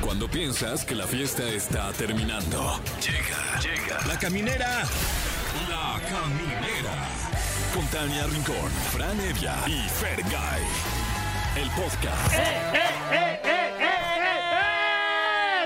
Cuando piensas que la fiesta está terminando. Llega, llega. La caminera. La caminera. Con Tania Rincón, Fran Evia y Fer El podcast.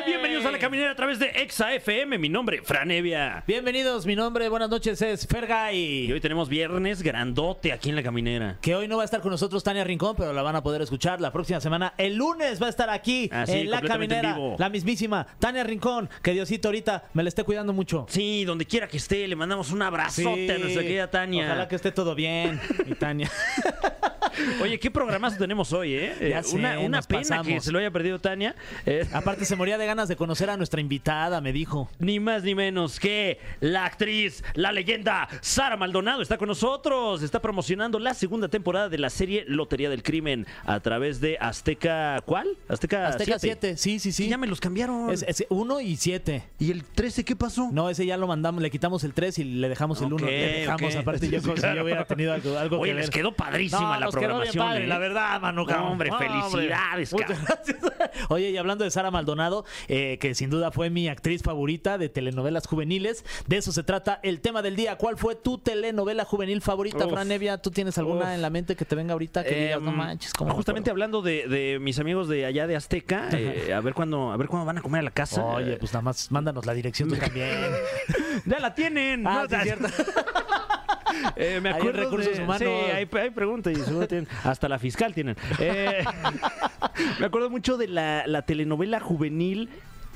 Bienvenidos a la caminera a través de Exa FM. Mi nombre, Fran Evia. Bienvenidos, mi nombre, buenas noches, es Fergay. Y hoy tenemos viernes grandote aquí en la caminera. Que hoy no va a estar con nosotros Tania Rincón, pero la van a poder escuchar la próxima semana. El lunes va a estar aquí Ah, sí, en la completamente caminera, en vivo. la mismísima Tania Rincón. Que Diosito ahorita me la esté cuidando mucho. Sí, donde quiera que esté, le mandamos un abrazote a nuestra querida Tania. Ojalá que esté todo bien, mi Tania. Oye, qué programazo tenemos hoy, ¿eh? Eh, Ya sé, una una nos pena pasamos. Ah. que se lo haya perdido Tania. Eh, Aparte, se moría de ganas de conocer a nuestra invitada, me dijo. ni más ni menos que la actriz, la leyenda, Sara Maldonado está con nosotros. Está promocionando la segunda temporada de la serie Lotería del Crimen a través de Azteca. ¿Cuál? Azteca, Azteca 7, sí, sí, Ah, Sí, sí. ya me los cambiaron. Es, es uno y siete. ¿Y el 13 qué pasó? No, ese ya lo mandamos, le quitamos el 3 y le dejamos el 1. Ok, le dejamos, ok. aparte, yo, Sí, como si claro. yo hubiera tenido algo, algo Oye, que les ver. quedó padrísima No, la nos quedó programación. bien padre, ¿eh? la verdad, mano, No, cabrón. hombre, No, felicidades, Muchas cabrón. gracias. Oye, y hablando de Sara Maldonado, eh, que sin duda fue mi actriz favorita de telenovelas juveniles, de eso se trata el tema del día. ¿Cuál fue tu telenovela juvenil favorita, Uf. Fran Evia? ¿Tú tienes alguna Uf. en la mente que te venga ahorita que digas, Em, no manches? ¿cómo me justamente acuerdo?" hablando de, de mis amigos de allá de Azteca, eh, a ver cuándo, a ver cuándo van a comer a la casa. Oye, pues nada más mándanos la dirección tú también. ya la tienen. Ah, ¿no? sí, es cierto. Eh, me Ahí en acuerdo recursos de- humanos. Sí, hay, hay preguntas y seguro tienen- hasta la fiscal tienen. Eh, me acuerdo mucho de la, la telenovela juvenil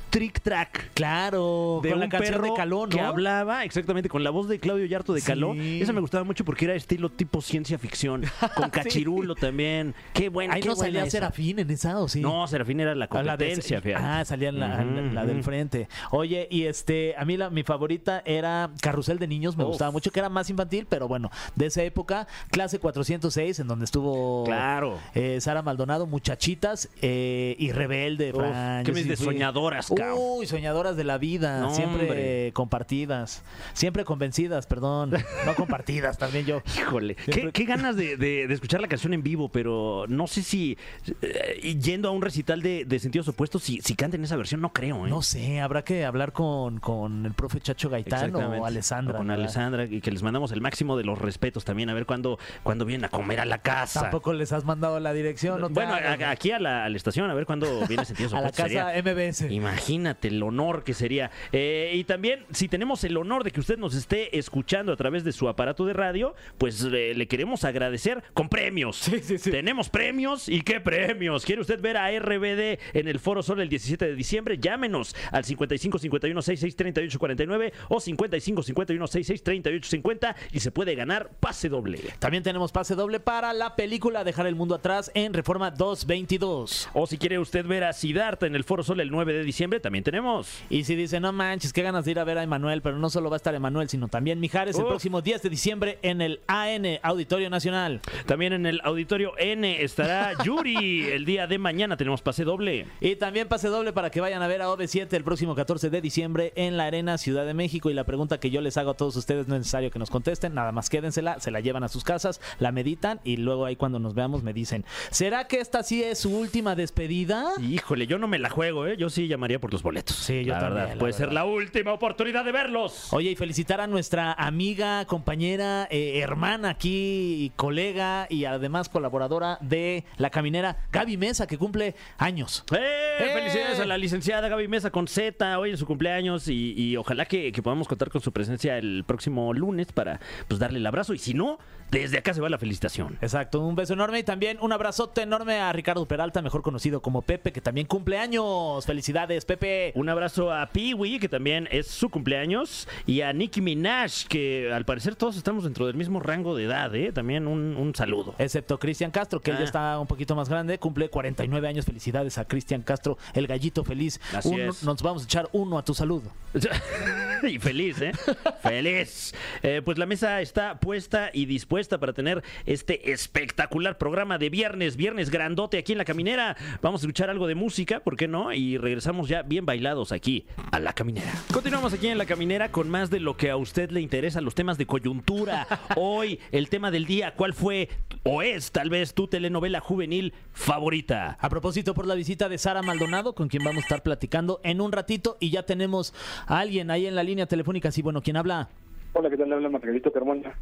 Trick Track. Claro, de con la un canción perro de Caló, ¿no? que hablaba exactamente con la voz de Claudio Yarto de Sí. Caló. Esa me gustaba mucho porque era estilo tipo ciencia ficción, con Cachirulo también. Qué buena, Ahí qué no buena salía esa. Serafín en esa, ¿o sí? No, Serafín era la Ah, la de- competencia, fíjate. Ah, salía en la, Ujú, la del ujú. frente. Oye, y este, a mí la, mi favorita era Carrusel de Niños, me Uf. gustaba mucho, que era más infantil, pero bueno, de esa época, clase 406, en donde estuvo Claro. eh, Sara Maldonado, Muchachitas eh, y Rebelde, Uf, Fran. ¿qué yo me sí dices? fui. Soñadoras, cabrón. Uy, soñadoras de la vida, No, siempre hombre. compartidas, siempre convencidas, perdón, no compartidas también yo. Híjole, qué, qué ganas de, de- de escuchar la canción en vivo, pero no sé si eh, yendo a un recital de, de sentidos opuestos, si, si canten esa versión, no creo. ¿eh? No sé, habrá que hablar con, con el profe Chacho Gaitán o Exactamente. Alessandra. O Con ¿verdad? Alessandra, y que les mandamos el máximo de los respetos también, a ver cuándo, cuándo vienen a comer a la casa. Tampoco les has mandado la dirección. no te bueno, hagas, a- aquí a la, a la estación, a ver cuándo viene sentido A la Sopuesto, casa sería- MBS. Imagínate el honor que sería. Eh, y también, si tenemos el honor de que usted nos esté escuchando a través de su aparato de radio, pues eh, le queremos agradecer con premios. Sí, sí, sí. Tenemos premios y qué premios. ¿Quiere usted ver a RBD en el Foro Sol el 17 de diciembre? Llámenos al 55 51 66 38 49 o 55 51 66 38 50 y se puede ganar pase doble. También tenemos pase doble para la película Dejar el Mundo Atrás en Reforma 222. O si quiere usted ver a Siddhartha en el Foro Sol el 9 de diciembre, también tenemos. Y si dice, no manches, qué ganas de ir a ver a Emanuel, pero no solo va a estar Emanuel, sino también Mijares el Uf. próximo 10 de diciembre en el AN, Auditorio Nacional. También en el Auditorio N estará Yuri. El día de mañana tenemos pase doble. Y también pase doble para que vayan a ver a OV7 el próximo 14 de diciembre en la Arena Ciudad de México. Y la pregunta que yo les hago a todos ustedes no es necesario que nos contesten, nada más quédensela, se la llevan a sus casas, la meditan y luego ahí cuando nos veamos me dicen, ¿será que esta sí es su última despedida? Híjole, yo no me la juego, ¿eh? Yo sí llamaría por los boletos. Sí, yo La también, verdad, la puede verdad. ser la última oportunidad de verlos. Oye, y felicitar a nuestra amiga, compañera, eh, hermana aquí, y colega y además colaboradora de La Caminera, Gaby Mesa, que cumple años. ¡Eh! Felicidades a la licenciada Gaby Mesa con Z hoy en su cumpleaños y, y ojalá que, que podamos contar con su presencia el próximo lunes para pues darle el abrazo y si no, desde acá se va la felicitación. Exacto, un beso enorme y también un abrazote enorme a Ricardo Peralta, mejor conocido como Pepe, que también cumple años. Felicidades, Pepe. Un abrazo a Peewee, que también es su cumpleaños, y a Nicki Minaj, que al parecer todos estamos dentro del mismo rango de edad, ¿eh? También un, un saludo. Excepto Cristian Castro, que él ya Ah. está un poquito más grande, cumple 49 años. Felicidades a Cristian Castro, el gallito feliz. Así Uno- es. Nos vamos a echar uno a tu salud. y feliz, ¿eh? feliz. Eh, pues la mesa está puesta y dispuesta para tener este espectacular programa de viernes, viernes grandote aquí en la caminera. Vamos a escuchar algo de música, ¿por qué no? Y regresamos ya bien bailados aquí a la caminera. Continuamos aquí en la caminera con más de lo que a usted le interesa, los temas de coyuntura. Hoy, el tema del día, ¿cuál fue o es tal vez tu telenovela juvenil favorita. A propósito, por la visita de Sara Maldonado, con quien vamos a estar platicando en un ratito, y ya tenemos a alguien ahí en la línea telefónica. Sí, bueno, ¿quién habla? Hola, ¿qué tal? Le Habla Margarito Carmona.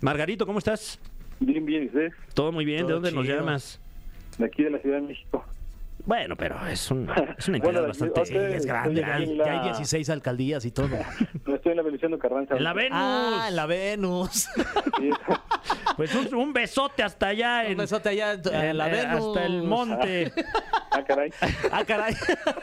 Margarito, ¿cómo estás? Bien, bien, ¿y ustedes? Todo muy bien, ¿de Todo dónde nos chido. llamas? De aquí de la Ciudad de México. Bueno, pero es, un, es una entidad Bueno, bastante... yo- es grande. Oye, Ya hay, la- ya hay 16 alcaldías y todo. No estoy en la Feliciano Carranza. En la Venus. ah, en la Venus. Sí, Pues un, un besote hasta allá. En, Un besote allá en, en la en- eh, Venus. Hasta el monte. ah, caray. Ah, caray.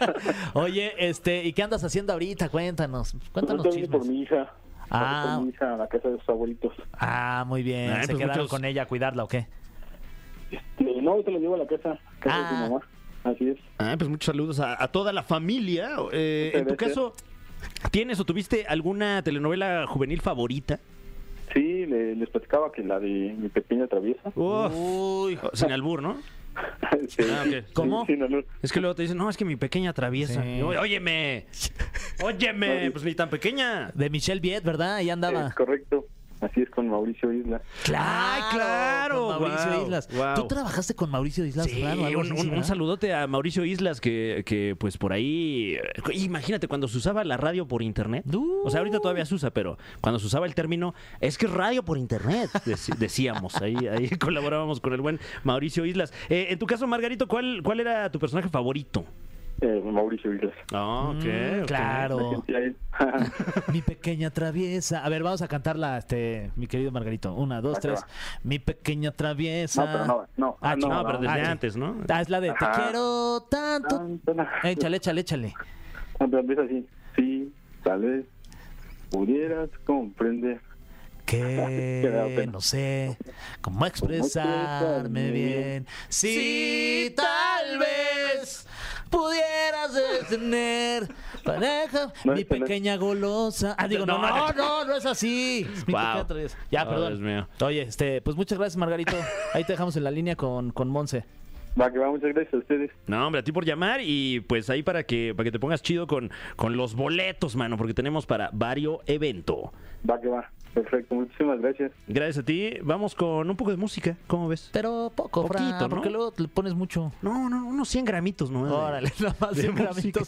Oye, este, ¿y qué andas haciendo ahorita? Cuéntanos. Cuéntanos Yo estoy por chismes. mi hija. Ah. Por mi hija a la casa de sus abuelitos. Ah, muy bien. Ay, ¿Se pues quedaron muchos- con ella a cuidarla o qué? Eh, No, te lo llevo a la casa. Casa de Ah. su mamá. Así es. Ah, pues muchos saludos a, a toda la familia. Eh, en tu Muchas caso, ¿tienes o tuviste alguna telenovela juvenil favorita? Sí, le- les platicaba que la de mi pequeña traviesa. Uf. Uy. Oh, Sin albur, ¿no? Sí, Ah, ok. sí, ¿Cómo? sí, no, no. Es que luego te dicen, no, es que mi pequeña traviesa. Sí. Y yo, Óyeme, óyeme, pues ni tan pequeña. De Michelle Viet, ¿verdad? Ahí andaba. Es correcto. Así es con Mauricio Isla. Ay, claro, Con Mauricio guau, Islas. guau. ¿Tú trabajaste con Mauricio Islas? Sí, Raro, algo un, así, un- un ¿verdad? saludote a Mauricio Islas, que, que pues por ahí. eh, Imagínate, cuando se usaba la radio por internet. Uh. O sea, ahorita todavía se usa, pero cuando se usaba el término, es que es radio por internet, deci- decíamos. Ahí, ahí colaborábamos con el buen Mauricio Islas. Eh, en tu caso, Margarito, ¿cuál, ¿cuál era tu personaje favorito? Eh, Mauricio Isla. Ah, ok, Mm, ok. Claro. Sí, ahí. Mi pequeña traviesa. A ver, vamos a cantarla, este, mi querido Margarito. Una, dos, Va, tres. Ah, va. Mi pequeña traviesa. No, pero no, no. Ah, No, pero desde Ah, antes, ¿no? Ah, es la de te Ajá. quiero tanto. Échale, échale, échale. Cuando empieza así, sí, tal vez pudieras comprender. Qué da Que pena. no sé cómo expresarme expresarme bien. bien. Si tal vez pudieras tener pareja, No, mi esta no es. pequeña golosa. Ah, digo, no, no, No. no, no es así. Es mi Wow. pequeña traviesa. Ya, Oh, perdón. Dios mío. Oye, este, pues muchas gracias, Margarito. Ahí te dejamos en la línea con, con Monse. Va, que va, muchas gracias a ustedes. No, hombre, a ti por llamar y pues ahí para que, para que te pongas chido con, con los boletos, mano, porque tenemos para varios evento. Va, que va. Perfecto, muchísimas gracias. Gracias a ti. Vamos con un poco de música. ¿Cómo ves? Pero poco, Fran, Poquito, ¿no? porque luego le pones mucho. No, no, unos 100 gramitos, ¿no? Órale, nada más De de música. gramitos.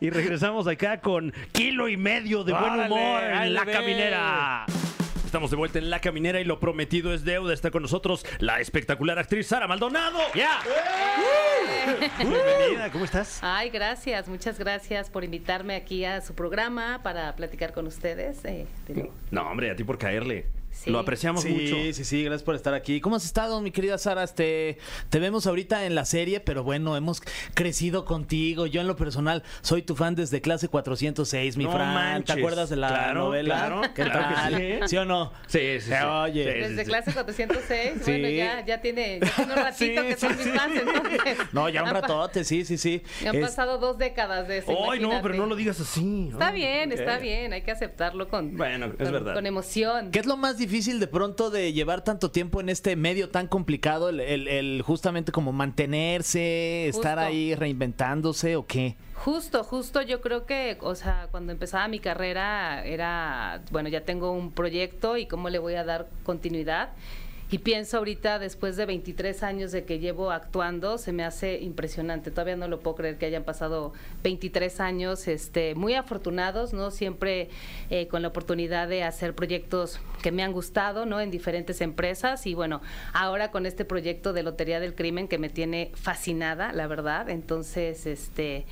Y regresamos acá con kilo y medio de buen Órale, humor en ahí le La ve. Caminera. Estamos de vuelta en La Caminera y lo prometido es deuda. Está con nosotros la espectacular actriz Sara Maldonado. ¡Ya! Uh, Bienvenida, ¿cómo estás? Ay, gracias, muchas gracias por invitarme aquí a su programa para platicar con ustedes. eh, de lo- No, hombre, a ti por caerle. Sí. Lo apreciamos mucho. Sí, sí, sí, gracias por estar aquí. ¿Cómo has estado, mi querida Sara? Este, te vemos ahorita en la serie, pero bueno, hemos crecido contigo. Yo en lo personal soy tu fan desde clase 406, mi No Fran. manches. ¿Te acuerdas de la Claro, novela? claro, ¿Qué claro que tal? sí. o no? Sí, sí, sí. Se oye. Sí, sí, Desde sí. clase 406, bueno, Sí. ya, ya, tiene, ya tiene un ratito Sí, que son sí, sí. mis fans, entonces. No, ya un Han pa- ratote, sí, sí, sí. Han Es- pasado dos décadas de eso. Ay, no, pero imagínate. no lo digas así. Está Ay, bien, está ok. bien, hay que aceptarlo con, Bueno, es con- verdad. con emoción. ¿Qué es lo más difícil de pronto de llevar tanto tiempo en este medio tan complicado? El, el- el justamente como mantenerse, estar Justo. ahí reinventándose o qué? Justo, justo, yo creo que, o sea, cuando empezaba mi carrera era, bueno, ya tengo un proyecto y cómo le voy a dar continuidad. Y pienso ahorita, después de 23 años de que llevo actuando, se me hace impresionante. Todavía no lo puedo creer que hayan pasado 23 años este, muy afortunados, ¿no? Siempre eh, con la oportunidad de hacer proyectos que me han gustado, ¿no? En diferentes empresas. Y bueno, ahora con este proyecto de Lotería del Crimen que me tiene fascinada, la verdad. Entonces, este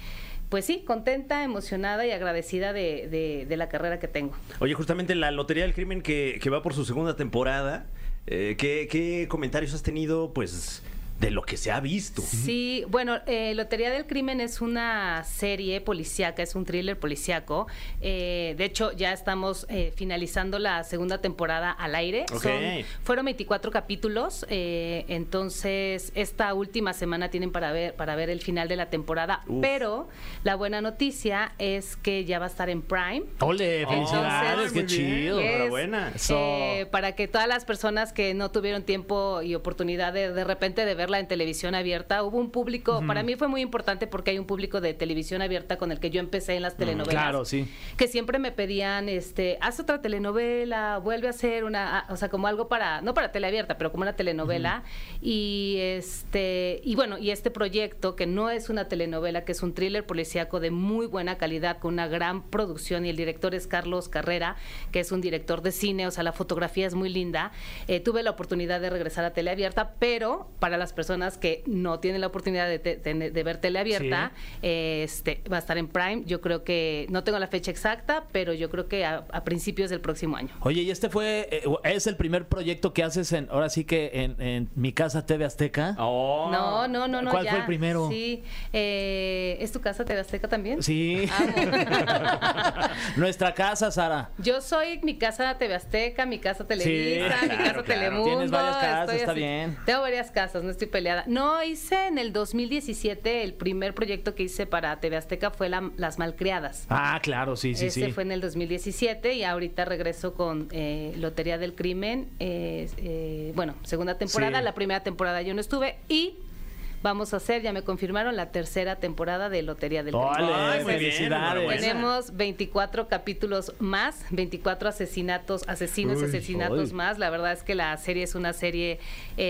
pues sí, contenta, emocionada y agradecida de, de- de la carrera que tengo. Oye, justamente la Lotería del Crimen que, que va por su segunda temporada, eh, ¿qué, qué comentarios has tenido, pues, de lo que se ha visto? Sí, bueno, eh, Lotería del Crimen es una serie policíaca, es un thriller policíaco. Eh, de hecho, ya estamos eh, finalizando la segunda temporada al aire. Ok. fueron 24 capítulos, eh, entonces esta última semana tienen para ver, para ver el final de la temporada, Uf. pero la buena noticia es que ya va a estar en Prime. ¡Ole! ¡Felicidades! Entonces, ¡Qué muy bien. chido! Yes. enhorabuena. Eso. Eh, para que todas las personas que no tuvieron tiempo y oportunidad de de repente de ver verla en televisión abierta. Hubo un público, para mí fue muy importante porque hay un público de televisión abierta con el que yo empecé en las telenovelas. claro, sí. Que siempre me pedían, este, haz otra telenovela, vuelve a hacer una, a- o sea, como algo para, no para teleabierta, pero como una telenovela. Y este, y bueno, y este proyecto que no es una telenovela, que es un thriller policíaco de muy buena calidad, con una gran producción, y el director es Carlos Carrera, que es un director de cine, o sea, la fotografía es muy linda. Eh, tuve la oportunidad de regresar a teleabierta, pero para las personas que no tienen la oportunidad de, te- tener- de ver teleabierta, este, va a estar en Prime. Yo creo que, no tengo la fecha exacta, pero yo creo que a, a principios del próximo año. Oye, y este fue, eh, es el primer proyecto que haces en, ahora sí que en, en Mi Casa TV Azteca. Oh. No, no, no, no. ¿Cuál fue ya. el primero? Sí. Eh, ¿Es tu casa TV Azteca también? Sí. Ah, Amo. Nuestra casa, Sara. Yo soy mi casa TV Azteca, mi casa Televisa, Sí, mi claro, casa claro. Telemundo. Tienes varias casas, estoy está así. bien. Tengo varias casas, no estoy peleada. No, hice en el 2017 el primer proyecto que hice para TV Azteca fue la- Las Malcriadas. Ah, claro, sí, sí, Ese sí. fue en el 2017 y ahorita regreso con eh, Lotería del Crimen. eh, eh, bueno, segunda temporada, Sí. la primera temporada yo no estuve y vamos a hacer, ya me confirmaron, la tercera temporada de Lotería del Crimen. Ay, Ole, muy bien, felicidades. enhorabuena. Tenemos 24 capítulos más, 24 asesinatos, asesinos, Uy, asesinatos uy. más. La verdad es que la serie es una serie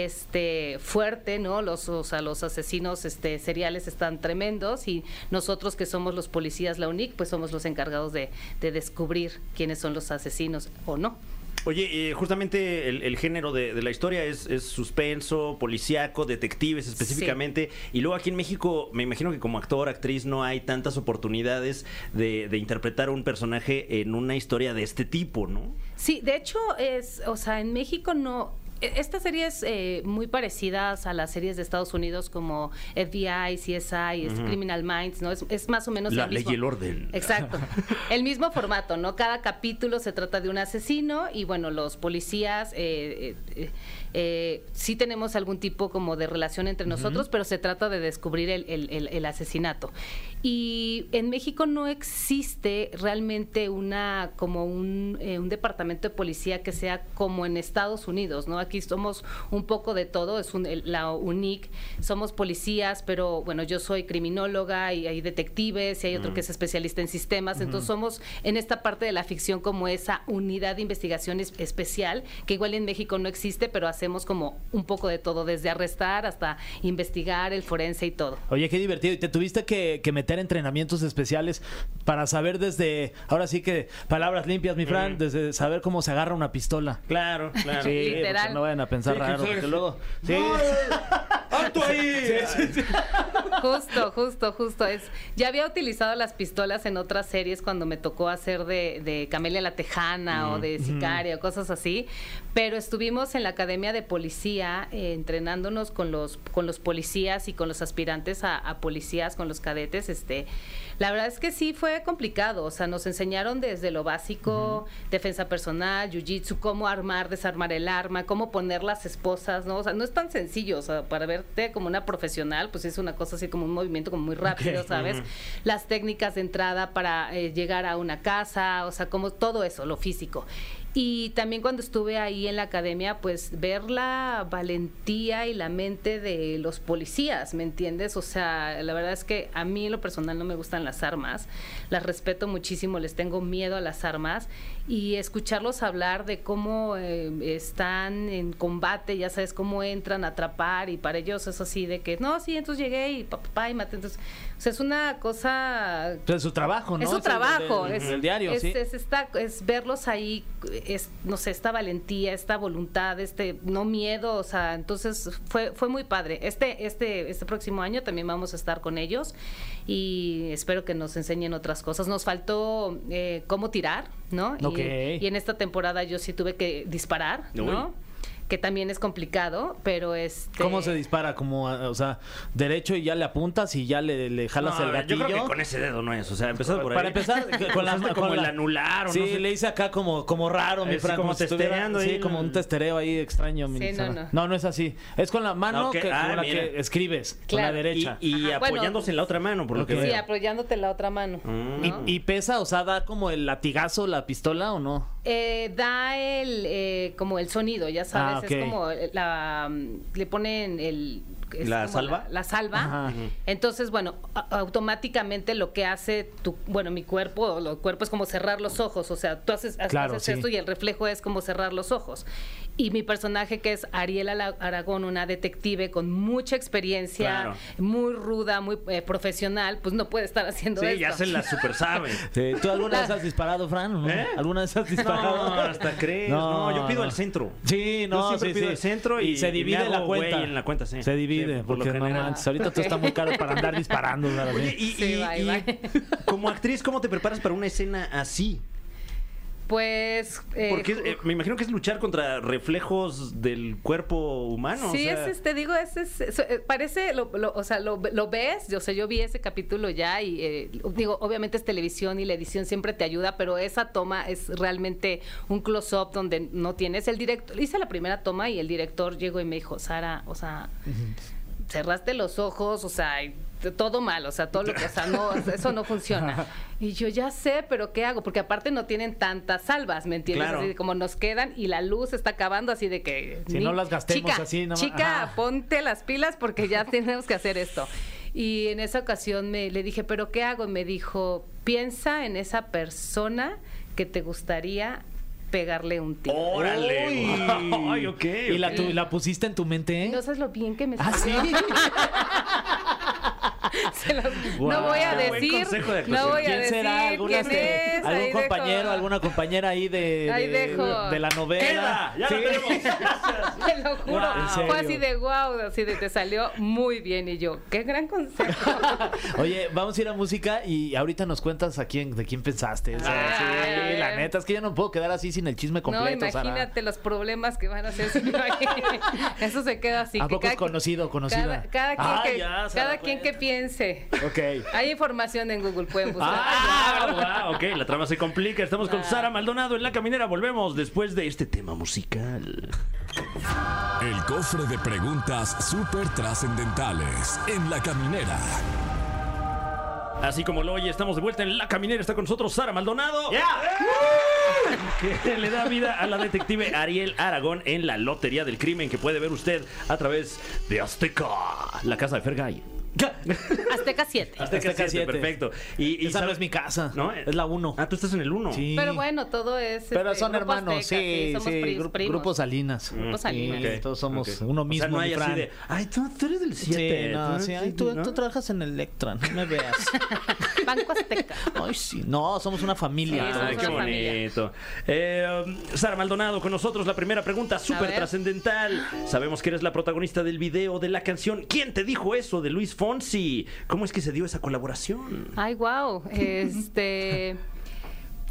este fuerte, ¿no? Los, o sea, los asesinos este, seriales están tremendos y nosotros que somos los policías, la UNIC, pues somos los encargados de, de descubrir quiénes son los asesinos o no. Oye, eh, justamente el, el género de, de la historia es, es suspenso, policíaco, detectives específicamente. Y luego aquí en México, me imagino que como actor, actriz, no hay tantas oportunidades de, de interpretar un personaje en una historia de este tipo, ¿no? Sí, de hecho, es, o sea, en México no. e- Estas series eh, muy parecidas a las series de Estados Unidos como FBI, CSI, es Criminal Minds, ¿no? Es, es más o menos La el ley mismo. y el orden. Exacto. El mismo formato, ¿no? Cada capítulo se trata de un asesino y, bueno, los policías eh, eh, eh, eh, sí tenemos algún tipo como de relación entre nosotros, pero se trata de descubrir el, el- el- el asesinato. Y en México no existe realmente una, como un, eh, un departamento de policía que sea como en Estados Unidos, ¿no? Aquí somos un poco de todo, es un- el- la UNIC, somos policías, pero bueno, yo soy criminóloga y hay detectives y hay otro que es especialista en sistemas, entonces somos en esta parte de la ficción como esa unidad de investigación es- especial, que igual en México no existe, pero hacemos como un poco de todo, desde arrestar hasta investigar, el forense y todo. Oye, qué divertido. Y te tuviste que, que meter entrenamientos especiales para saber desde, ahora sí que palabras limpias, mi Fran, desde saber cómo se agarra una pistola. Mm. Claro, claro. Sí, Literal. porque no vayan a pensar Sí, que raro. salga- porque luego, sí. ¡Alto ahí! Justo, justo, justo. Es, ya había utilizado las pistolas en otras series cuando me tocó hacer de, de Camelia la Tejana o de Sicario, cosas así. Pero estuvimos en la Academia de Policía eh, entrenándonos con los, con los policías y con los aspirantes a, a policías, con los cadetes. Este, la verdad es que sí fue complicado. O sea, nos enseñaron desde lo básico, defensa personal, jiu-jitsu, cómo armar, desarmar el arma, cómo poner las esposas, ¿no? O sea, no es tan sencillo. O sea, para verte como una profesional, pues es una cosa así como un movimiento como muy rápido, ¿sabes? Las técnicas de entrada para eh, llegar a una casa, o sea, como todo eso, lo físico. Y también cuando estuve ahí en la academia, pues ver la valentía y la mente de los policías, ¿me entiendes? O sea, la verdad es que a mí en lo personal no me gustan las armas, las respeto muchísimo, les tengo miedo a las armas y escucharlos hablar de cómo eh, están en combate, ya sabes, cómo entran a atrapar y para ellos es así de que, no, sí, entonces llegué y papá y maté. Entonces, o sea, es una cosa Pues es su trabajo, ¿no? es su el- el- trabajo, el- es el diario, es, este, sí. es esta- es verlos ahí, es, no sé, esta valentía, esta voluntad, este no miedo, o sea, entonces fue fue muy padre. Este este este próximo año también vamos a estar con ellos y espero que nos enseñen otras cosas. Nos faltó eh, cómo tirar, ¿no? Y- Ok. Y, en esta temporada yo sí tuve que disparar, Uy. ¿no? Que también es complicado, pero este ¿Cómo se dispara? Como, ah, o sea, derecho y ya le apuntas y ya le, le jalas el gatillo. Yo creo que con ese dedo no es. O sea, empezar por ahí. Para empezar, con la, Empezaste con como la- el anular o sí, no sé. le hice acá como, como raro, mi Así Fran. como si estuviera- testereando Sí, ahí, como ¿no? un testereo ahí extraño, mi Sí, no, Sara. no. no, no es así. Es con la mano Ah, ok. que, con Ah, la mira. que escribes, Claro. con la derecha. Y, Y, y Ajá, Ah, bueno. apoyándose en la otra mano, por lo que Ok. Sí, veo. apoyándote la otra mano. Ah. ¿no? y pesa, o sea, da como el latigazo, la pistola o no. Eh, da el eh, como el sonido, ya sabes, Ah, ok. es como la mm, le ponen el es ¿La como salva? La, la salva. Ajá. Entonces, bueno, a- automáticamente lo que hace tu, bueno, mi cuerpo, o lo- el cuerpo es como cerrar los ojos, o sea, tú haces, haces Claro, sí. esto y el reflejo es como cerrar los ojos. Y mi personaje que es Ariela La- Aragón, una detective con mucha experiencia, Claro. muy ruda, muy eh, profesional, pues no puede estar haciendo Sí, esto. ya se la super sabe. Sí, ¿Tú alguna vez has disparado, Fran? o no? ¿Eh? ¿Alguna vez has disparado? No, hasta crees. No, yo pido al centro. Sí, Yo no, siempre sí, pido sí. al centro y- se y me divide hago la cuenta. güey en la cuenta, sí. Se divide, Sí, por lo porque no general. manches. Ahorita tú está muy caro para andar disparando. ¿verdad? Oye, y, Sí, y- bye, y bye. como actriz, ¿cómo te preparas para una escena así? Pues... eh, Porque es- eh, me imagino que es luchar contra reflejos del cuerpo humano. o Sí, sea. es este, digo, es, es- es- eh, parece, lo, lo- o sea, lo, lo ves, yo, sé, yo vi ese capítulo ya y eh, digo, obviamente es televisión y la edición siempre te ayuda, pero esa toma es realmente un close-up donde no tienes el director. Hice la primera toma y el director llegó y me dijo, Sara, o sea, cerraste los ojos, o sea, y t- todo mal, o sea, todo lo que, o sea, no, o sea, eso no funciona. Y yo ya sé, pero ¿qué hago? Porque aparte no tienen tantas salvas, ¿me entiendes? Claro. Así de como nos quedan y la luz está acabando así de que... Si ni- no las gastemos chica, así, no ma- Chica, ajá. ponte las pilas porque ya tenemos que hacer esto. Y en esa ocasión me, le dije, ¿pero qué hago? Y me dijo, piensa en esa persona que te gustaría pegarle un tiro. ¡Órale! Uy. Ay, ok, ¿Y la, ok. tu- la pusiste en tu mente? eh? No sabes lo bien que me ¿Ah, sí? salió. Se los- Guau. No voy a Qué buen decir. consejo de actuación. No voy a ¿Quién decir será? ¿Alguna quién este- es. ¿Algún ahí compañero, dejo. alguna compañera ahí de, Ahí de, dejo. de la novela? ¡Queda! ¡Ya Sí. la tenemos! Gracias. Te lo juro. Guau. ¿En serio? Fue así de wow, así de te salió muy bien. Y yo, qué gran consejo. Oye, vamos a ir a música y ahorita nos cuentas a quién, de quién pensaste. O sea, Ah, sí, a ver. la neta, es que yo no puedo quedar así sin el chisme no, completo, Sara. imagínate los problemas que van a hacer. si no hay- Eso se queda así. ¿A que poco es conocido, conocida? Cada, Ah, cada quien, que, ya, Sara, pues. cada quien que piense. Ok. Hay información en Google, pueden buscar. Ah, wow, ok, la trama se complica. Estamos con Sara Maldonado en La Caminera. Volvemos después de este tema musical. El cofre de preguntas súper trascendentales en la caminera. Así como lo oye, estamos de vuelta en La Caminera. Está con nosotros Sara Maldonado. Que le da vida a la detective Ariel Aragón en la Lotería del Crimen que puede ver usted a través de Azteca, la casa de Fergay. Azteca Azteca, 7. Azteca 7, siete. perfecto. Y, y Esa no sabe- es mi casa. ¿No? Es la uno. Ah, tú estás en el 1. Sí. Pero bueno, todo es. Pero este, son Grupo hermanos, Azteca, sí, somos sí, pri- gru- primos. Grupo Salinas. Grupo Sí, Salinas. Ok, todos somos ok. uno O sea, mismo. no mi hay así Fran. de, ay, tú, tú eres del 7. Sí, no, sí, ay, tú, tú trabajas en Electra, no me veas. Banco Azteca. Ay, sí. No, somos una familia. Sí, Ay, somos Ah, qué una familia. bonito. Eh, Sara Maldonado con nosotros. La primera pregunta, súper ver. trascendental. Sabemos que eres la protagonista del video de la canción ¿Quién te dijo eso? de Luis Fonsi. ¿Cómo es que se dio esa colaboración? Ay, wow. Este.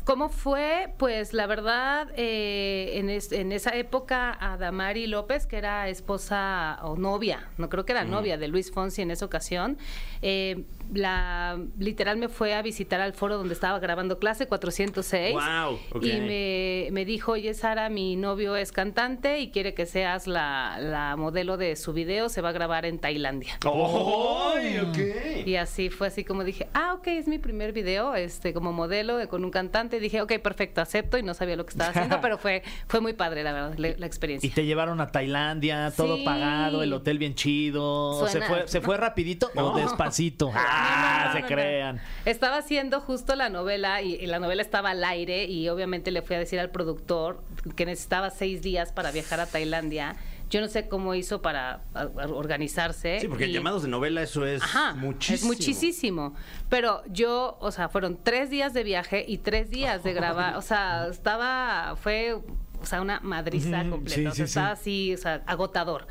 ¿Cómo fue? Pues la verdad, eh, en, es- en esa época, Adamari López, que era esposa o novia, no creo que era novia de Luis Fonsi en esa ocasión, eh, la literal me fue a visitar al foro donde estaba grabando clase 406 Guau, ok. y me, me dijo, oye Sara, mi novio es cantante y quiere que seas la, la modelo de su video, se va a grabar en Tailandia. ¡Ay, ok! Y así fue así como dije, ah, ok, es mi primer video, este, como modelo eh, con un cantante. Y dije, ok, perfecto, acepto. Y no sabía lo que estaba haciendo, pero fue, fue muy padre, la verdad, le- la experiencia. Y te llevaron a Tailandia, todo Sí. pagado, el hotel bien chido. ¿Se Suena- fue, ¿Se fue rapidito No. o despacito? No, Ah, no, no, se no, no. crean. Estaba haciendo justo la novela y, y la novela estaba al aire y obviamente le fui a decir al productor que necesitaba seis días para viajar a Tailandia. Yo no sé cómo hizo para a- a- organizarse. Sí, porque y- llamados de novela eso es Ajá, es muchísimo. muchísimo. Pero yo, o sea, fueron tres días de viaje y tres días de grabar. O sea, estaba, fue, o sea, una madriza Ujú, completa. sí, sí, sí. o sea, estaba así, o sea, agotador.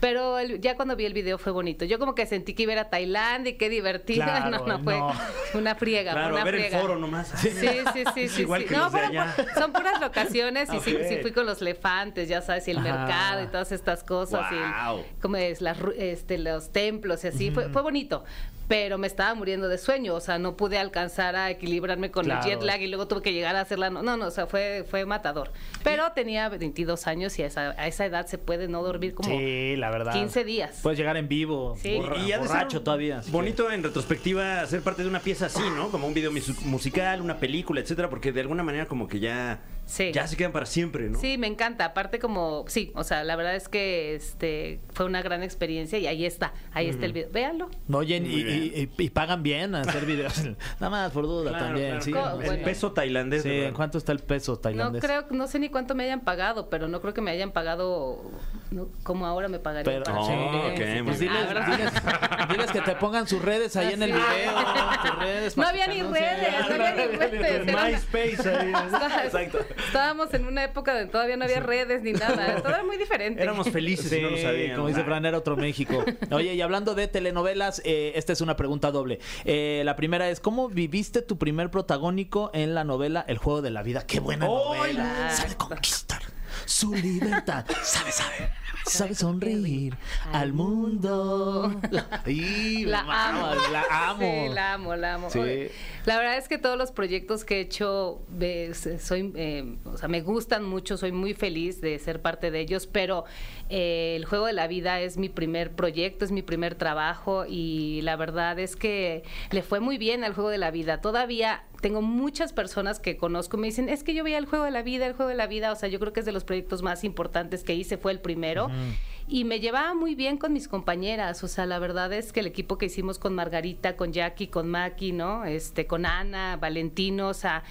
Pero el- ya cuando vi el video fue bonito. Yo como que sentí que iba a ir a Tailandia y qué divertido. Claro, no, no, fue no. una friega. Claro, una a ver friega. el foro nomás. Sí, sí, sí, sí. Igual sí. que No, los de fueron allá. Ah, pu- son puras locaciones y sí, Ok. sí fui con los elefantes, ya sabes, y el Ajá. mercado y todas estas cosas. y el- Guau. como es las ru- este, los templos y así. Fue, fue bonito, pero me estaba muriendo de sueño. O sea, no pude alcanzar a equilibrarme con Claro. el jet lag y luego tuve que llegar a hacerla. No, no, no, o sea, fue, fue matador. Pero tenía 22 años y a esa, a esa edad se puede no dormir como Sí, la verdad. 15 días. Puedes llegar en vivo. Sí. borra- ha de ser borracho todavía. así que- Bonito en retrospectiva ser parte de una pieza así, ¿no? Como un video mus- musical, una película, etcétera, porque de alguna manera como que ya Sí. Ya se quedan para siempre, ¿no? Sí, me encanta. Aparte como, sí, o sea, la verdad es que este fue una gran experiencia y ahí está, ahí está el video. Véanlo. Oye, y, y- y- y pagan bien a hacer videos. Nada más por duda Claro, también. claro, sí, claro. no, el bueno. peso tailandés. Sí, ¿verdad? ¿en cuánto está el peso No tailandés? creo, no sé ni cuánto me hayan pagado, pero no creo que me hayan pagado no, como ahora me pagarían. Pero, para sí, hacer un video. ah, Oh, ok, muy pues bien. diles, Ah, diles- diles que te pongan sus redes ahí en el Así es. video. tus redes, No para había que ni te anuncien. redes, no había ni redes. era una- MySpace ahí. Estabas- Estábamos en una época donde todavía no había redes ni nada. Todo era muy diferente. Éramos felices y no lo Sí, sabíamos. Como dice Fran, era otro México. Oye, y hablando de telenovelas, eh, esta es una pregunta doble. Eh, la primera es, ¿cómo viviste tu primer protagónico en la novela El Juego de la Vida? ¡Qué buena ¡Ay! novela! Sabe conquistar su libertad. Sabe, sabe. Sabe sonreír al mundo. Y, La mamá, amo. La amo. Sí, la amo, la amo. Sí. Oye, La verdad es que todos los proyectos que he hecho, eh, s- soy, eh, o sea, me gustan mucho, soy muy feliz de ser parte de ellos, pero eh, el juego de la vida es mi primer proyecto, es mi primer trabajo y la verdad es que le fue muy bien al juego de la vida. Todavía tengo muchas personas que conozco y me dicen, es que yo veía el juego de la vida, el juego de la vida, o sea, yo creo que es de los proyectos más importantes que hice, fue el primero. Y me llevaba muy bien con mis compañeras, o sea, la verdad es que el equipo que hicimos con Margarita, con Jackie, con Maki, ¿no? Este, con Ana, Valentino, o sea,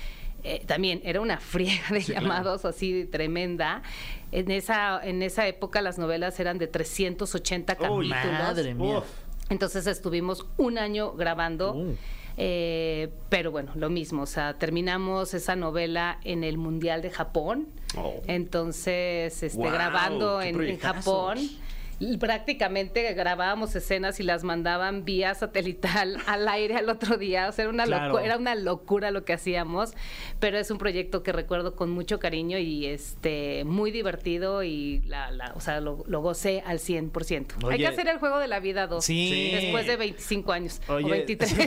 eh, también era una friega de llamados así tremenda. En esa, en esa época las novelas eran de 380 capítulos. Uy, Madre mía. Uf. Entonces estuvimos un año grabando, Mm. Uh. eh, pero bueno, lo mismo, o sea, terminamos esa novela en el Mundial de Japón, Oh. entonces este, Wow, grabando qué en, en proyectazos. Japón. y Prácticamente grabábamos escenas y las mandaban vía satelital al aire al otro día. O sea, era una, Claro. locu- era una locura lo que hacíamos, pero es un proyecto que recuerdo con mucho cariño y este muy divertido y la, la- o sea, lo, lo gocé al 100%. Hay Oye. que hacer el juego de la vida 2. Sí. Después de 25 años. O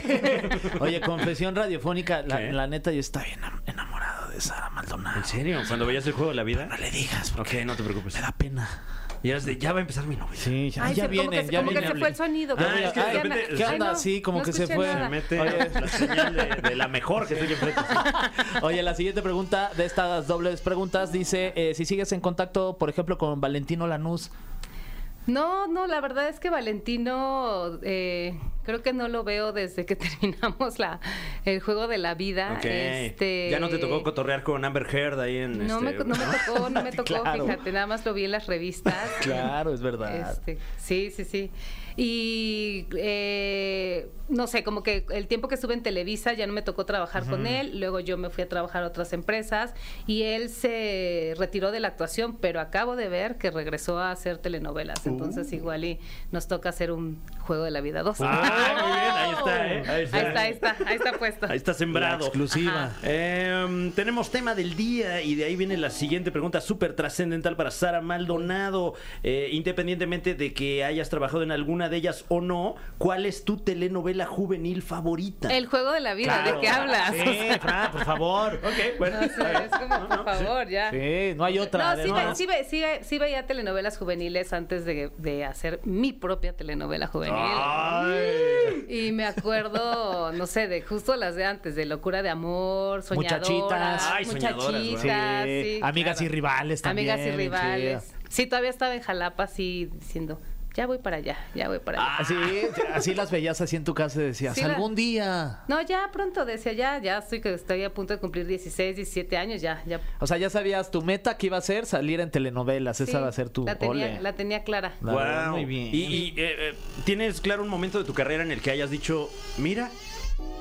23. Oye, confesión radiofónica. La, ¿Qué? la neta, yo estaba enam- enamorado de Sara Maldonado. ¿En serio? ¿Cuando veías el juego de la No vida? le digas, Ok, porque no te preocupes. Ah. me da pena. Y eras de, ya va a empezar mi novela. Sí, ya, Ay, ya se- como vienen, que, se- ya como que vienen. se fue el sonido. Ah, como es que de Ay, repente- Ana, ¿qué ay, onda? no, Sí, como no que se escuché fue. nada. Se mete Oye. la señal de, de la mejor que estoy enfrente. Oye, la siguiente pregunta de estas dobles preguntas dice, eh, si sigues en contacto, por ejemplo, con Valentino Lanús. No, no, la verdad es que Valentino eh, creo que no lo veo desde que terminamos la, el juego de la vida. Ok. Este, Ya no te tocó cotorrear con Amber Heard ahí en. No, me, este, no me tocó, no me tocó, Claro. fíjate, nada más lo vi en las revistas. Claro, es verdad. Este, sí, sí, sí. Y eh, no sé, como que el tiempo que estuve en Televisa ya no me tocó trabajar con él, luego yo me fui a trabajar a otras empresas y él se retiró de la actuación, pero acabo de ver que regresó a hacer telenovelas, entonces Uh. igual y nos toca hacer un juego de la vida 2. Ah, muy bien, ahí está, ¿eh? Ahí Ahí está. está, ahí está, ahí está puesto. Ahí está sembrado. La exclusiva. Ajá. Eh, tenemos tema del día y de ahí viene la siguiente pregunta súper trascendental para Sara Maldonado. Eh, independientemente de que hayas trabajado en alguna de ellas o no, ¿cuál es tu telenovela juvenil favorita? El juego de la vida, ¿de qué hablas? Sí, Fran, por favor. Ok, bueno. No sé, es como, por favor, ya. Sí, no hay otra. No, de sí, ve- más. sí, ve- sí ve- sí veía telenovelas juveniles antes de, de hacer mi propia telenovela juvenil. Ay. Y me acuerdo, no sé, de justo las de antes, de Locura de Amor, Soñadoras. Muchachitas. Ay, soñadoras, güey. Sí, muchachitas, sí, amigas claro. y rivales también. Amigas y sí. rivales. Sí. todavía estaba en Jalapa así diciendo, ya voy para allá, ya voy para allá. Así, Ah, así las veías así en tu casa y decías, Sí, la- algún día. No, ya pronto, decía, ya, ya estoy, que estoy a punto de cumplir 16, 17 años, ya, ya. O sea, ya sabías tu meta que iba a ser salir en telenovelas. Esa Sí, va a ser tu La tenía, ole. la tenía clara. La verdad, Guau. muy bien. Y, y, eh, eh, tienes claro un momento de tu carrera en el que hayas dicho, mira,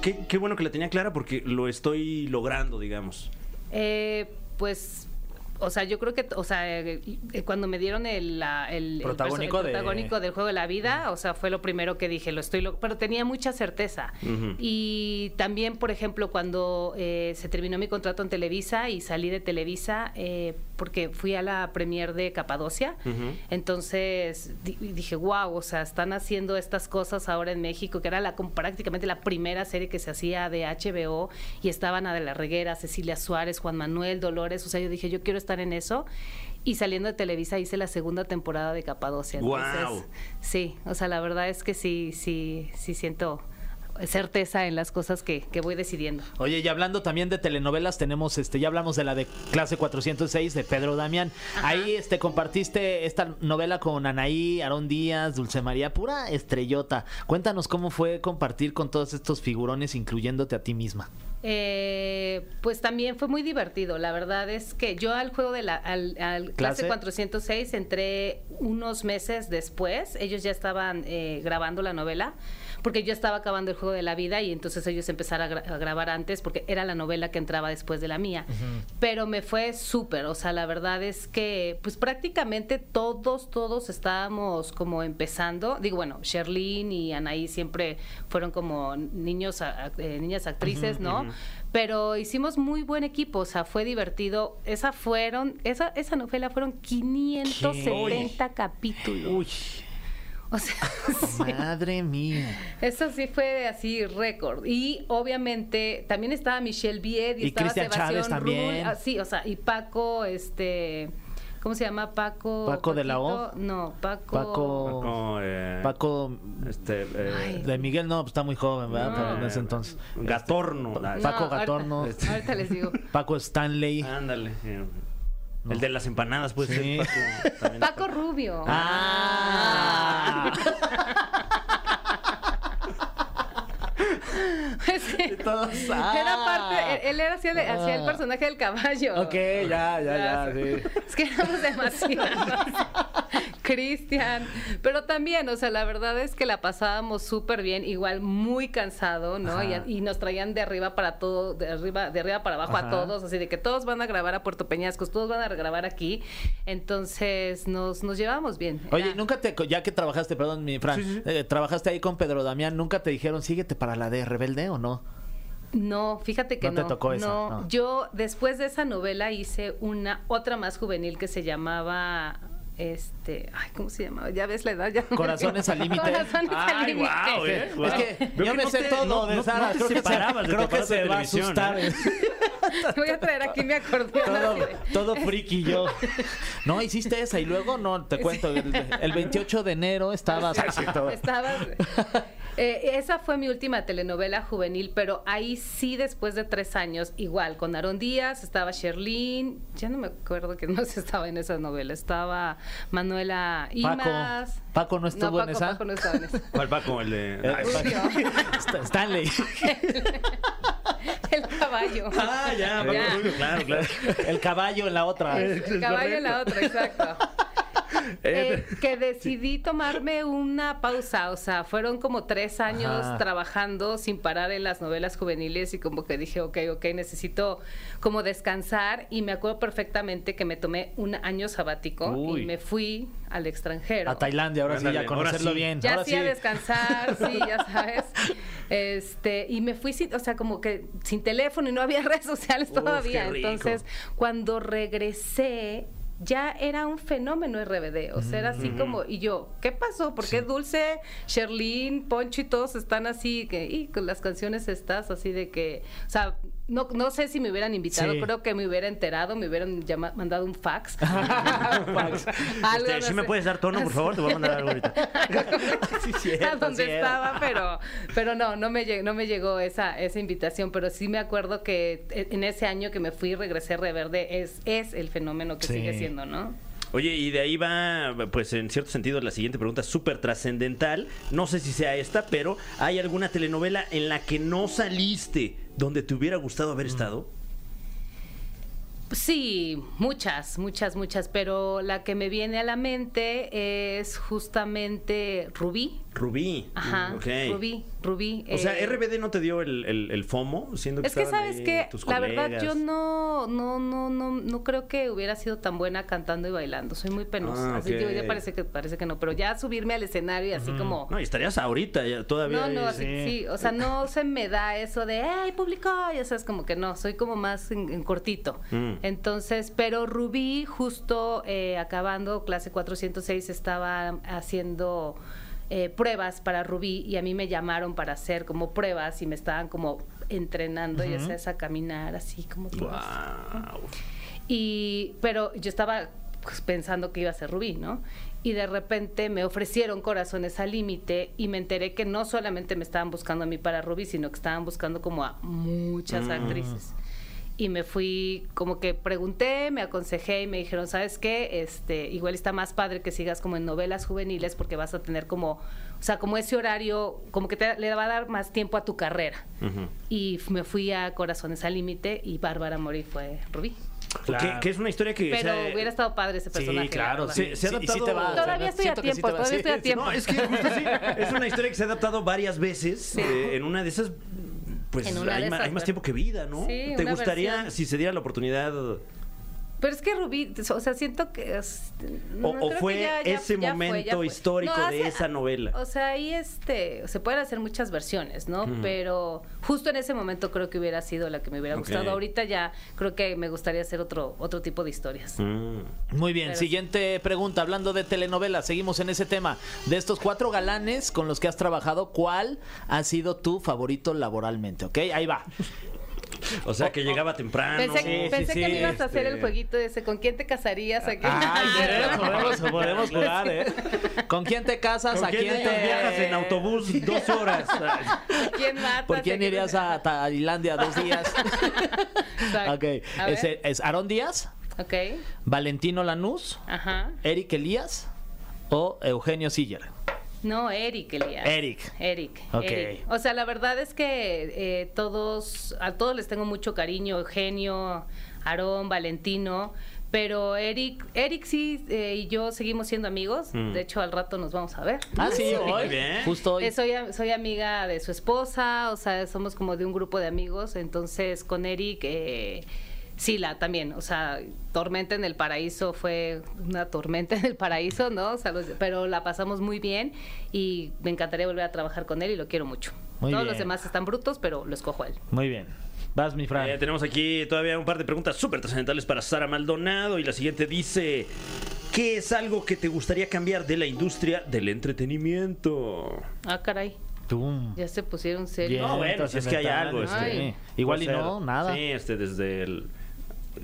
qué, qué bueno que la tenía clara porque lo estoy logrando, digamos. Eh, pues, o sea, yo creo que, o sea, eh, eh, cuando me dieron el, la- el- el perso- el Protagónico de- protagónico del juego de la vida, o sea, fue lo primero que dije, lo estoy, lo- pero tenía mucha certeza. Ujú. Y también, por ejemplo, cuando eh, se terminó mi contrato en Televisa y salí de Televisa, eh, porque fui a la premier de Capadocia, Ujú. entonces di- dije, wow, o sea, están haciendo estas cosas ahora en México, que era la, como prácticamente la primera serie que se hacía de HBO y estaban Ana de la Reguera, Cecilia Suárez, Juan Manuel, Dolores, o sea, yo dije, yo quiero estar en eso. Y saliendo de Televisa hice la segunda temporada de Capadocia. Guau. Entonces, Sí, o sea, la verdad es que sí, sí, sí siento certeza en las cosas que, que voy decidiendo. Oye, y hablando también de telenovelas, tenemos este, ya hablamos de la de clase 406 de Pedro Damián. Ajá. Ahí este compartiste esta novela con Anaí, Aarón Díaz, Dulce María, pura estrellota. Cuéntanos cómo fue compartir con todos estos figurones, incluyéndote a ti misma. Eh, pues también fue muy divertido. La verdad es que yo al juego de la al, al Clase. clase 406 entré unos meses después. Ellos ya estaban eh, grabando la novela porque yo estaba acabando el juego de la vida y entonces ellos empezaron a, gra- a grabar antes porque era la novela que entraba después de la mía. Pero me fue súper. O sea, la verdad es que pues prácticamente todos, todos estábamos como empezando. Digo, bueno, Sherlyn y Anaí siempre fueron como niños, a- a- eh, niñas actrices, ¿no? Pero hicimos muy buen equipo, o sea, fue divertido. Esa fueron, esa, esa novela fueron 570 capítulos. Uy. O sea, sí. Madre mía. eso sí fue así récord. Y obviamente también estaba Michelle Bied y, Y estaba Cristian Sebastián Chávez Rull. también. Ah, sí, o sea, y Paco, este, ¿cómo se llama? Paco. ¿Paco de la O? Paquito, No, Paco. Paco. Paco, eh, Oh. Paco Este, eh, Ay. de Miguel, no, pues está muy joven, ¿verdad? No. Pero en ese entonces. este, Gatorno. No, Paco ahorita- Gatorno. ahorita les digo. Paco Stanley. Ándale. eh, El de las empanadas, pues. Sí. ser Paco, también. Paco Rubio. Ah. Es que Todos, ah. Era parte, él, él era, hacía, hacía el personaje del caballo. Ok, ya, ya, ya, sí. Es que éramos demasiados. Cristian. Pero también, o sea, la verdad es que la pasábamos súper bien, igual muy cansado, ¿no? Y, Ajá. y nos traían de arriba para todo, de arriba, de arriba para abajo Ajá. a todos, así de que todos van a grabar a Puerto Peñascos, todos van a grabar aquí. Entonces nos, nos llevábamos bien. Oye, Era- nunca te, ya que trabajaste, perdón, mi Fran, eh, trabajaste ahí con Pedro Damián, ¿nunca te dijeron síguete para la de Rebelde o no? No, fíjate que No te no. tocó esa, no. no. yo después de esa novela hice una otra más juvenil que se llamaba este, ay, ¿cómo se llamaba? Ya ves la edad ya. me Corazones olvidé. al límite. Corazones al Ay, límite. guau, eh. guau. Es que Veo yo que me no sé te- todo no- de no- Sara. no te creo que separabas se, de creo que aparatos se de va a televisión, asustar. ¿eh? Voy a traer aquí mi acordeón. Todo, así de- todo friki yo. No, hiciste esa y luego no, te cuento. El, el 28 de enero estabas. Estabas. Eh, esa fue mi última telenovela juvenil, pero ahí sí, después de tres años, igual, con Aarón Díaz, estaba Sherlyn, ya no me acuerdo que no se estaba en esa novela, estaba Manuela Paco. Imas. ¿Paco no estuvo en Paco- esa? Paco no estaba en esa. ¿Cuál Paco? El de. Eh, Ay, St- Stanley. El caballo. Ah, ya, Paco Ya. Rubio, claro, claro. El caballo en la otra. El caballo en la otra, exacto. Eh, que decidí tomarme una pausa, o sea, fueron como tres años Ajá. trabajando sin parar en las novelas juveniles y como que dije, ok, ok, necesito como descansar y me acuerdo perfectamente que me tomé un año sabático Uy. y me fui al extranjero. A Tailandia, ahora sí, Ándale, ya conocerlo ahora sí. bien. Ya ahora sí, a descansar, sí, ya sabes. Este, y me fui sin, o sea, como que sin teléfono y no había redes sociales Uf, todavía. qué rico. Entonces, cuando regresé, ya era un fenómeno RBD. O sea, era así como, y yo, ¿qué pasó? ¿Por qué Dulce, Sherlyn, Poncho y todos están así? Que, y con las canciones estas, así de que, o sea, no, no sé si me hubieran invitado, Sí. creo que me hubiera enterado, me hubieran llama- mandado un fax. Fax. Algo, Este, no ¿Sí me sé. puedes dar tono, por favor? Te voy a mandar algo ahorita. Sí, cierto, a donde cierto. estaba, pero, pero no, no me, llegó, no me llegó esa, esa invitación, pero sí me acuerdo que eh, en ese año que me fui regresé Reverde, es, es el fenómeno que Sí. sigue siendo, ¿no? Oye, y de ahí va, pues en cierto sentido, la siguiente pregunta súper trascendental. No sé si sea esta, pero ¿hay alguna telenovela en la que no saliste donde te hubiera gustado Mm. haber estado? Sí, muchas, muchas, muchas, pero la que me viene a la mente es justamente Rubí. Rubí. Ajá, Mm, ok. Rubí, Rubí. O sea, eh, RBD no te dio el, el- el FOMO, siendo que Es que estaban sabes ahí que tus la verdad colegas? yo no, no, no, no, no creo que hubiera sido tan buena cantando y bailando. Soy muy penosa. Ah, Así yo- ok. ya parece que parece que no, pero ya subirme al escenario y así como No, y estarías ahorita ya, todavía. "Eh". no, no, ahí, así- sí. sí. o sea, no se me da eso de, hey, público, ya sabes, como que no, soy como más en, en cortito. Mm. Entonces, pero Rubí, justo eh, acabando clase 406, estaba haciendo eh, pruebas para Rubí y a mí me llamaron para hacer como pruebas y me estaban como entrenando, ya sabes, a caminar así como todos. Guau. Y, pero yo estaba pues, pensando que iba a ser Rubí, ¿no? Y de repente me ofrecieron corazones al límite y me enteré que no solamente me estaban buscando a mí para Rubí, sino que estaban buscando como a muchas actrices. Y me fui, como que pregunté, me aconsejé y me dijeron, ¿sabes qué? Este, igual está más padre que sigas como en novelas juveniles porque vas a tener como, o sea, como ese horario, como que te, le va a dar más tiempo a tu carrera. Y f- me fui a Corazones al Límite y Bárbara Mori fue Rubí. Que, que es una historia que... o Pero sea, hubiera estado padre ese personaje. Sí, la claro, verdad. eh, sí. sí. Se ha sí, y adaptado- te va, o sea, Todavía estoy a siento que sí tiempo, te va, sí, todavía estoy a sí, tiempo. No, es que justo sí, es una historia que se ha adaptado varias veces. eh, en una de esas, pues hay, En una de ma- esas, hay más ¿verdad? tiempo que vida, ¿no? Sí, ¿Te una gustaría, versión. si se diera la oportunidad, o, Pero es que Rubí, o sea, siento que. es- no, o creo que fue ya- ya- ese ya fue, ya momento fue. histórico No, de hace- esa novela? O sea, ahí este, se pueden hacer muchas versiones, ¿no? Pero justo en ese momento creo que hubiera sido la que me hubiera gustado. Ok. Ahorita ya creo que me gustaría hacer otro, otro tipo de historias. Mm. Muy bien, Pero- siguiente pregunta. Hablando de telenovelas, seguimos en ese tema. De estos cuatro galanes con los que has trabajado, ¿cuál ha sido tu favorito laboralmente? ¿Ok? Ahí va. O sea, que llegaba temprano. Pensé, sí, pensé sí, que me ibas a hacer este- Ah, el jueguito ese, ¿con quién te casarías? ¿A qué? Ay, ¿eh? podemos, podemos jugar, ¿eh? ¿Con quién te casas? ¿Con ¿A quién, te viajas en autobús dos horas? ¿A quién matas? ¿Por quién ¿A irías a Tailandia dos días? Exacto. ok. A ver. Es, es Aarón Díaz, Ok, Valentino Lanús, ajá. Eric Elías o Eugenio Siller. No, Eric Elías. Eric. Eric. Ok. Eric. O sea, la verdad es que eh, todos, a todos les tengo mucho cariño, Eugenio, Aarón, Valentino, pero Eric, Eric sí eh, y yo seguimos siendo amigos. Mm. De hecho, al rato nos vamos a ver. Ah, sí, Muy hoy. bien. Justo hoy. Eh, soy, a- soy amiga de su esposa, o sea, somos como de un grupo de amigos, entonces con Eric, eh, sí, la también, o sea, Tormenta en el Paraíso fue una tormenta en el Paraíso, ¿no? O sea, los- pero la pasamos muy bien y me encantaría volver a trabajar con él y lo quiero mucho. Muy Todos bien. los demás están brutos, pero los cojo a él. Muy bien. Vas, mi Fran. Eh, tenemos aquí todavía un par de preguntas súper trascendentales para Sara Maldonado. Y la siguiente dice: ¿Qué es algo que te gustaría cambiar de la industria del entretenimiento? Ah, caray, Tum. ya se pusieron serios. Bien. No, bueno, si es que hay algo. trascendentales, este, Ay. puede Igual y ser. no, nada. Sí, este, desde el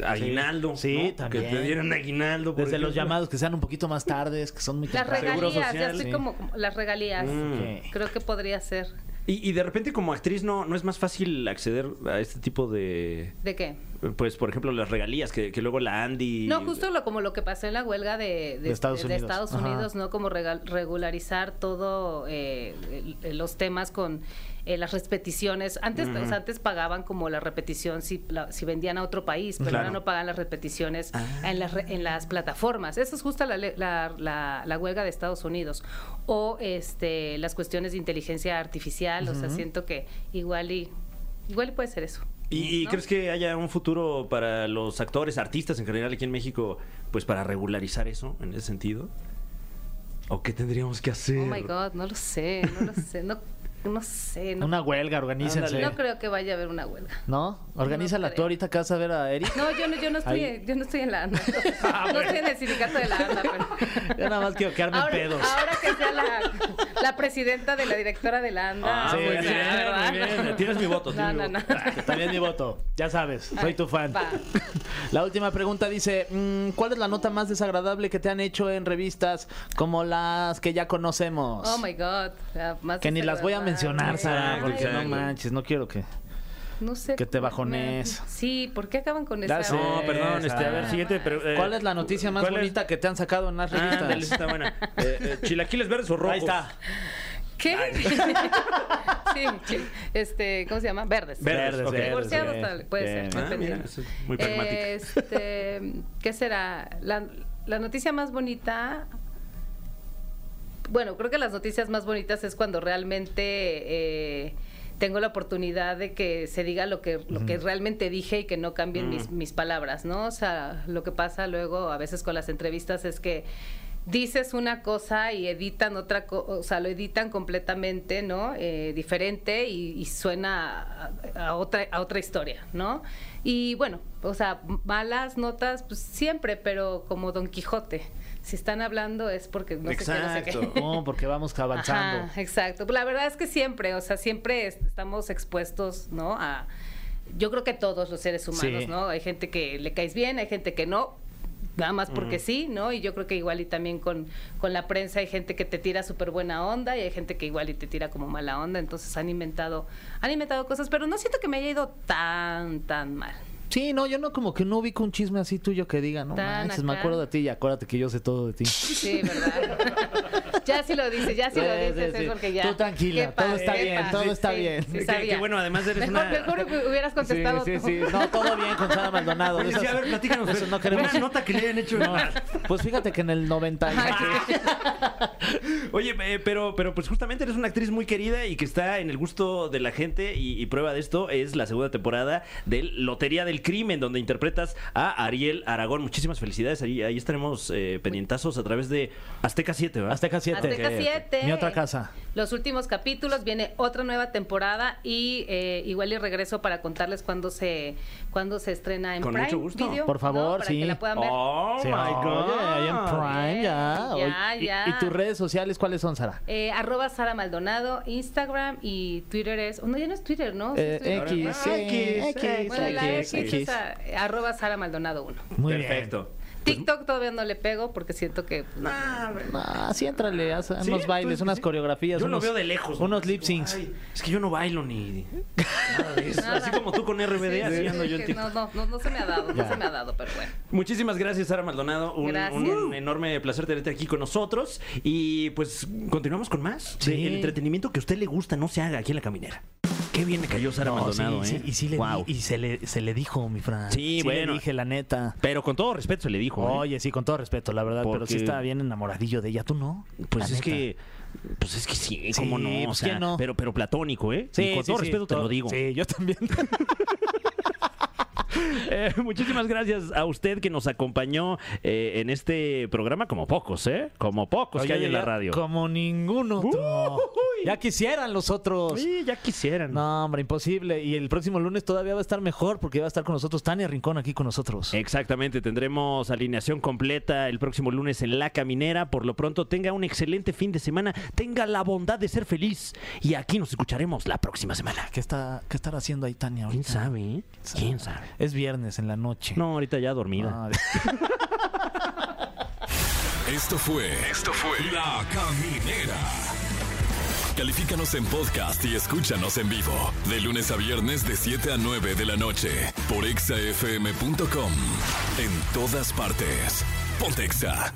aguinaldo. Sí, ¿no? también. Que te dieran aguinaldo. por Desde los ejemplo. llamados que sean un poquito más tardes, que son muy Las tempranos. regalías, Seguro ya social, estoy sí. como, como- las regalías. Mm. Ok. Creo que podría ser. Y, y de repente, como actriz, no, no es más fácil acceder a este tipo de. ¿De qué? Pues, por ejemplo, las regalías que, que luego la Andy. No, justo lo, como lo que pasó en la huelga de, de- De Estados de- de Unidos. Estados Ajá. Unidos, ¿no? Como regal- regularizar todo eh, el- los temas con eh, las repeticiones. Antes, o sea, antes pagaban como la repetición si, la- si vendían a otro país, pero Claro. ahora no pagan las repeticiones en, las, re- en las plataformas. Eso es justo la, le- la- la- la huelga de Estados Unidos. O este las cuestiones de inteligencia artificial, o sea, siento que igual y, igual y puede ser eso. ¿Y, y ¿no? crees que haya un futuro para los actores, artistas en general aquí en México, pues para regularizar eso en ese sentido? ¿O qué tendríamos que hacer? Oh my God, no lo sé, no lo sé, no, no sé. No, Una huelga, organícense. no creo que vaya a haber una huelga. ¿No? Organízala No tú creo. ahorita que vas a ver a Eric. No, yo no, yo no Ahí. estoy, yo no estoy en la ANDA. No, estoy en el sindicato de la ANDA, pero. Yo nada más quiero quedarme en Ahora, pedos. ahora que sea la, la presidenta de la directora de la ANDA. Ah, Sí, muy pues, bien, ya, ¿verdad? muy bien. Tienes mi voto. No, tienes mi no, no. voto. Ah, Ah, También mi voto. Ya sabes, soy tu fan. Va. La última pregunta dice, mm, ¿cuál es la nota más desagradable que te han hecho en revistas como las que ya conocemos? Oh my God. la más que ni las voy a mencionar, desagradable. Sara, porque Ay, no manches, no quiero que... Eh, No sé. que te bajones. Sí, ¿por qué acaban con Ya esa? sé. No, perdón, este, a ver, Ah. siguiente. pero, eh, ¿Cuál es la noticia más ¿cuál es? Ah, bonita que te han sacado en las revistas? Ándale, esa está buena. Eh, eh, ¿Chilaquiles verdes o rojos? Ahí está. ¿Qué? sí, sí. Este, ¿cómo se llama? Verdes. Verdes, ok. Divorciados, bien, tal, puede bien. ser. Ah, mira, dependiendo. eso es muy pragmática. Este, ¿Qué será? La, la noticia más bonita. Bueno, creo que las noticias más bonitas es cuando realmente eh, tengo la oportunidad de que se diga lo que, lo que realmente dije y que no cambien mis, mis palabras, ¿no? O sea, lo que pasa luego a veces con las entrevistas es que dices una cosa y editan otra cosa, o sea, lo editan completamente, ¿no? Eh, diferente y, y suena a, a otra, a otra historia, ¿no? Y bueno, o sea, malas notas, pues siempre, pero como Don Quijote, si están hablando es porque no sé qué, no sé Exacto. qué. No, porque vamos avanzando. Ajá, exacto. Pues La verdad es que siempre, o sea, siempre es- estamos expuestos, ¿no? A, yo creo que todos los seres humanos, Sí. ¿no? Hay gente que le caes bien, hay gente que no. nada más porque Mm. sí, ¿no? Y yo creo que igual y también con, con la prensa hay gente que te tira súper buena onda y hay gente que igual y te tira como mala onda, entonces han inventado, han inventado cosas, pero no siento que me haya ido tan, tan mal. Sí, no, yo no como que no ubico un chisme así tuyo que diga, no Tan manches, me acá. acuerdo de ti y acuérdate que yo sé todo de ti. Sí, ¿verdad? ya sí lo dices, ya sí lo Sí, dices, sí, sí. es porque ya. Tú tranquila, Qué pa- todo está qué bien, pa- todo está bien. sí, Que- sabía. que bueno, además eres mejor, una- Mejor que hubieras Sí, contestado sí, tú. sí. No, todo bien con Sara Maldonado. Oye, de sí, esas- a ver, platícanos. de eso Fer, no queremos. Una nota que le hayan hecho. No, Pues fíjate que en el 90 y- Oye, eh, pero, pero pues justamente eres una actriz muy querida y que está en el gusto de la gente y, y prueba de esto es la segunda temporada de Lotería del Crimen, donde interpretas a Ariel Aragón. Muchísimas felicidades. Ahí, ahí estaremos eh, pendientazos a través de Azteca 7, ¿verdad? Azteca 7. Azteca 7. Mi otra casa. Los últimos capítulos, viene otra nueva temporada y eh, igual y regreso para contarles cuándo se, cuándo se estrena en Con Prime mucho gusto. Video, Por ¿no? favor, para sí. que la puedan ver. Oh Sí, my oye, God. ahí en Prime, ya. Bien, ya, Oye, y- ya. ¿Y, tus redes sociales cuáles son, Sara? Eh, arroba Sara Maldonado, Instagram y Twitter es. oh, no, ya no es Twitter, ¿no? Sí es Eh, Twitter, X, ¿verdad? sí, X, X, Bueno, la X, X, X. es a- arroba Sara Maldonado 1. Pues, Muy bien. Perfecto. TikTok todavía no le pego porque siento que. pues, no. Ah, sí, entrale, haz Sí, unos bailes, pues, unas sí. coreografías. Yo lo unos- veo de lejos. Unos ¿no? lip syncs. Ay, Es que yo no bailo ni nada de eso. Nada. Así como tú con RBD, Sí, así sí, ando yo en que TikTok. no, no, no, no se me ha dado, Ya. no se me ha dado, pero bueno. Muchísimas gracias, Sara Maldonado. Un, Gracias. un enorme placer tenerte aquí con nosotros. Y pues continuamos con más. Sí. de El entretenimiento que a usted le gusta no se haga aquí en la caminera. Qué bien le cayó Sara No, sí, Maldonado, sí, ¿eh? y sí le di- Guau. y se le, se le dijo, mi Fran. Sí, le bueno. dije, la neta. Pero con todo respeto se le dijo. ¿eh? Oye, sí, con todo respeto, la verdad, pero sí Porque- estaba bien enamoradillo de ella, ¿tú no? Pues La es neta. que. Pues es que sí, Sí, cómo no. o pues, sea, ¿quién no? Pero, pero platónico, ¿eh? Sí, y con sí, todo sí, respeto te todo- lo digo. Pues Sí, yo también. Eh, muchísimas gracias a usted que nos acompañó eh, en este programa, como pocos, ¿eh? Como pocos que Oye, hay en la ya radio. Como ningún otro. Uy. Ya quisieran los otros. Sí, ya quisieran. No, hombre, imposible. Y el próximo lunes todavía va a estar mejor porque va a estar con nosotros Tania Rincón aquí con nosotros. Eh. Exactamente, tendremos alineación completa el próximo lunes en La Caminera. Por lo pronto, tenga un excelente fin de semana, tenga la bondad de ser feliz y aquí nos escucharemos la próxima semana. ¿Qué, está, ¿Qué estará haciendo ahí Tania ¿Quién ahorita? sabe? eh? ¿Quién sabe? Es viernes en la noche. No, ahorita ya dormida. Ah, Esto fue. Esto fue. La Caminera. Califícanos en podcast y escúchanos en vivo. De lunes a viernes, de 7 a 9 de la noche. Por exafm.com. En todas partes. Pontexa.